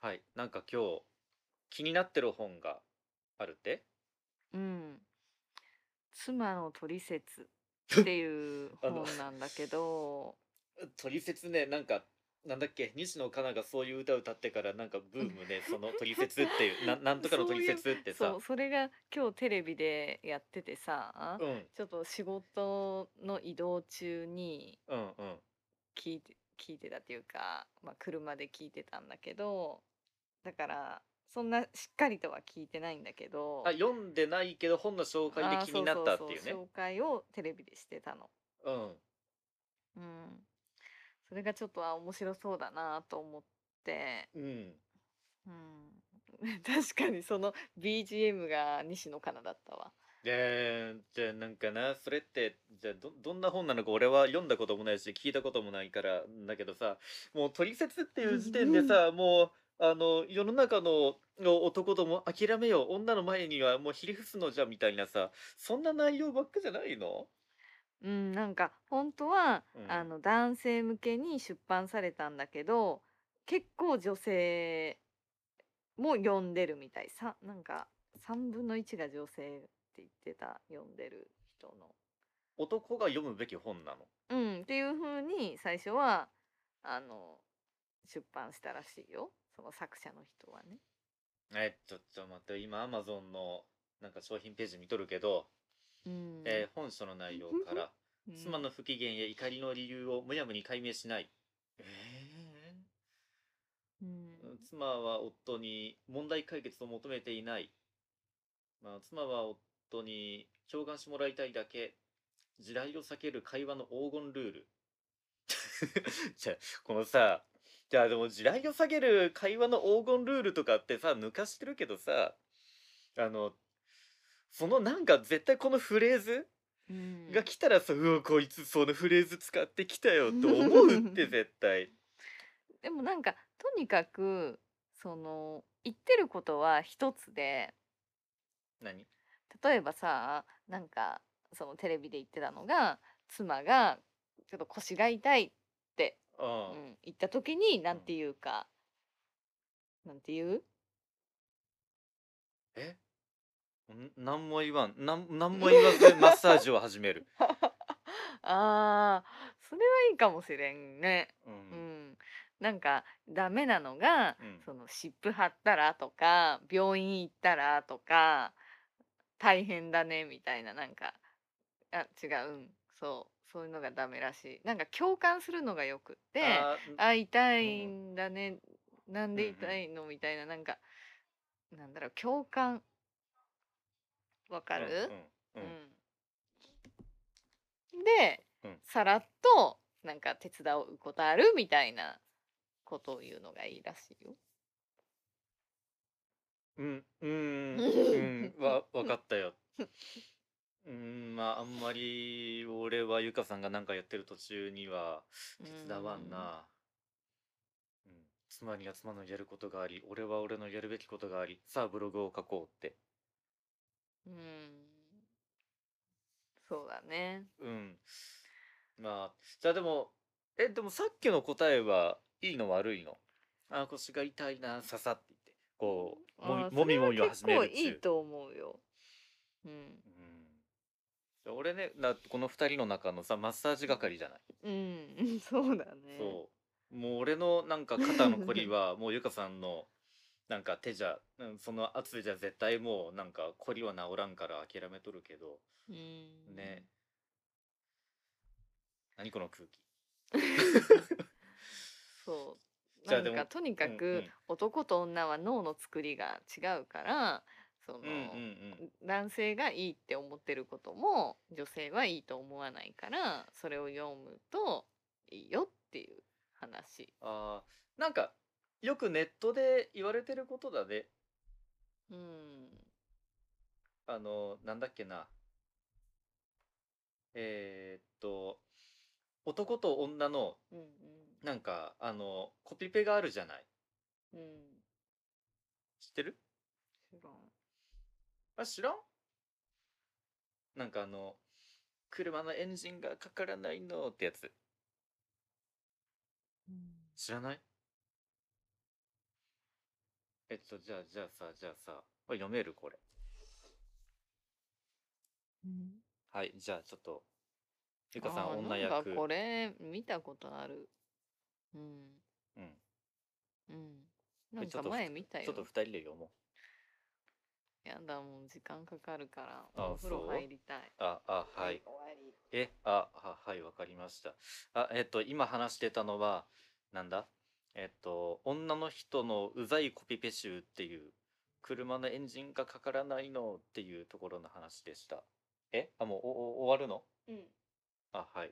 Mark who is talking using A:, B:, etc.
A: はい、なんか今日気になってる本があるって
B: うん。妻のトリセツっていう
A: あの
B: 本なんだけど、
A: トリセツねなんかなんだっけ西野カナがそういう歌歌ってからなんかブーム ねそのトリセツって いうななんとかの
B: そ
A: ト
B: う
A: リ
B: い
A: セ
B: う、
A: ツって
B: そ
A: さ
B: う、それが今日テレビでやっててさ、
A: うん
B: ちょっと仕事の移動中に
A: うんうん
B: 聞いて、聞いてたっていうか、まあ車で聞いてたんだけど、だからそんなしっかりとは聞いてないんだけ
A: あ
B: ど、
A: 読んでないけど本の紹介で
B: ああ、
A: 気に
B: そう
A: なっ
B: そう
A: たっ
B: そ
A: て
B: う、
A: いうね
B: 紹介をテレビでしてたの。
A: うん
B: うん。それがちょっと、あ、面白そうだなと思って、
A: うん
B: うん、 確かにその BGM が西野カナだったわ。
A: でじゃあなんかなそれってじゃあどどんな本なのか俺は読んだこともないし聞いたこともないからだけどさもう「トリセツ」っていう時点でさもうあの世の中のの男ども諦めよう女の前にはもうひれ伏すのじゃみたいなさそんな内容ばっかじゃないの
B: うん、なんか本当は
A: う
B: あ
A: ん
B: の男性向けに出版されたんだけど結構女性も読んでるみたいさなんか3分の1が女性って言ってた読んでる人の。
A: 男が読むべき本なの
B: うん、っていう風に最初はあの出版したらしいよその作者の人はね。
A: えちょっと待って今アマゾンのなんか商品ページ見とるけど
B: うん、
A: えー本書の内容から
B: う
A: 妻の
B: ん、
A: 不機嫌や怒りの理由をむやむに解明しないえ
B: う
A: ー
B: ん
A: 妻は夫に問題解決を求めていない、まあ、妻は夫に共感してもらいたいだけ地雷を避ける会話の黄金ルー ルじゃあこのさじゃあでも地雷を避ける会話の黄金ルールとかってさ抜かしてるけどさあのそのなんか絶対このフレーズ
B: う
A: が
B: ん
A: 来たらさ「うわこいつそのフレーズ使ってきたよ」と思うって絶 対。
B: でもなんかとにかくその言ってることは一つで
A: 何
B: 例えばさなんかそのテレビで言ってたのが妻がちょっと腰が痛いって、う
A: あ
B: ん、言った時に
A: あ、
B: な
A: うんん、
B: て言うかなんて言う
A: えん何も言わんなん何も言わずマッサージを始める。
B: あーそれはいいかもしれんね。
A: う
B: うんん、なんかダメなのが
A: うん
B: その湿布貼ったらとか病院行ったらとか大変だねみたいななんかあ違う、うん、そうそういうのがダメらしいなんか共感するのがよくって
A: あーん
B: あ痛
A: うん
B: い
A: うん
B: んだねなん
A: うんう
B: で痛
A: ん
B: いのみたいななんかなんだろう共感わか
A: うん
B: る、
A: うんう
B: うんん、で
A: うん
B: さらっとなんか手伝うことあるみたいなことを言うのがいいらしいよ。
A: うんうんうん わ分かったよ。うんまああんまり俺はゆかさんがなんかやってる途中には
B: う
A: 手伝わん
B: ん
A: な。うん妻には妻のやることがあり俺は俺のやるべきことがありさあブログを書こうって
B: うんそうだね。
A: うんまあじゃあでもえでもさっきの答えはいいの悪いのあー腰が痛いなささって言ってこうもみ
B: あー
A: も
B: そ
A: み
B: れ
A: も
B: は
A: みを
B: 結
A: 始め
B: 構
A: るっ
B: い
A: ちゅ、
B: いうと思うよ。うん、
A: うん、じゃあ俺ねなこの2人の中のさマッサージ係じゃない
B: うん、 そうだね。
A: そうもう俺のなんか肩のこり はもうゆかさんのなんか手じゃ、うんその圧じゃ絶対もうなんかこりは治らんから諦めとるけど
B: う
A: ね
B: ん
A: 何この空気
B: そう。
A: じゃ
B: な
A: あで
B: んか
A: も
B: とに
A: う
B: か
A: んう
B: く
A: ん
B: 男と女は脳の作りが違うからそ
A: うんうん
B: の
A: うん
B: 男性がいいって思ってることも女性はいいと思わないからそれを読むといいよっていう話。
A: あーなんかよくネットで言われてることだね
B: うん、
A: あのなんだっけなえーっと男と女の
B: うん、
A: なんかあのコピペがあるじゃない
B: うん、うん、
A: 知ってる
B: 知らん。
A: あ知らんなんかあの車のエンジンがかからないのってやつ
B: うん
A: 知らないえっとじゃあじゃあさじゃあさこれ読めるこれ
B: うん
A: はいじゃあちょっとゆかさ
B: あ
A: ん
B: ー
A: 女
B: なん
A: 役
B: かこれ見たことある。うん
A: うん
B: う
A: こ
B: ん。な
A: れ
B: ん
A: ちょ
B: か
A: っと
B: 前見たよ。
A: ちょっと二人で読もう
B: やだもう時間かかるから
A: あ
B: お風呂
A: そう
B: 入りたい。
A: ああはい
B: 終わり。
A: えあははいわかりましたあえっと今話してたのはなんだえっと女の人のうざいコピペ集っていう車のエンジンがかからないのっていうところの話でしたえあもうおお終わるの
B: うん。
A: あはい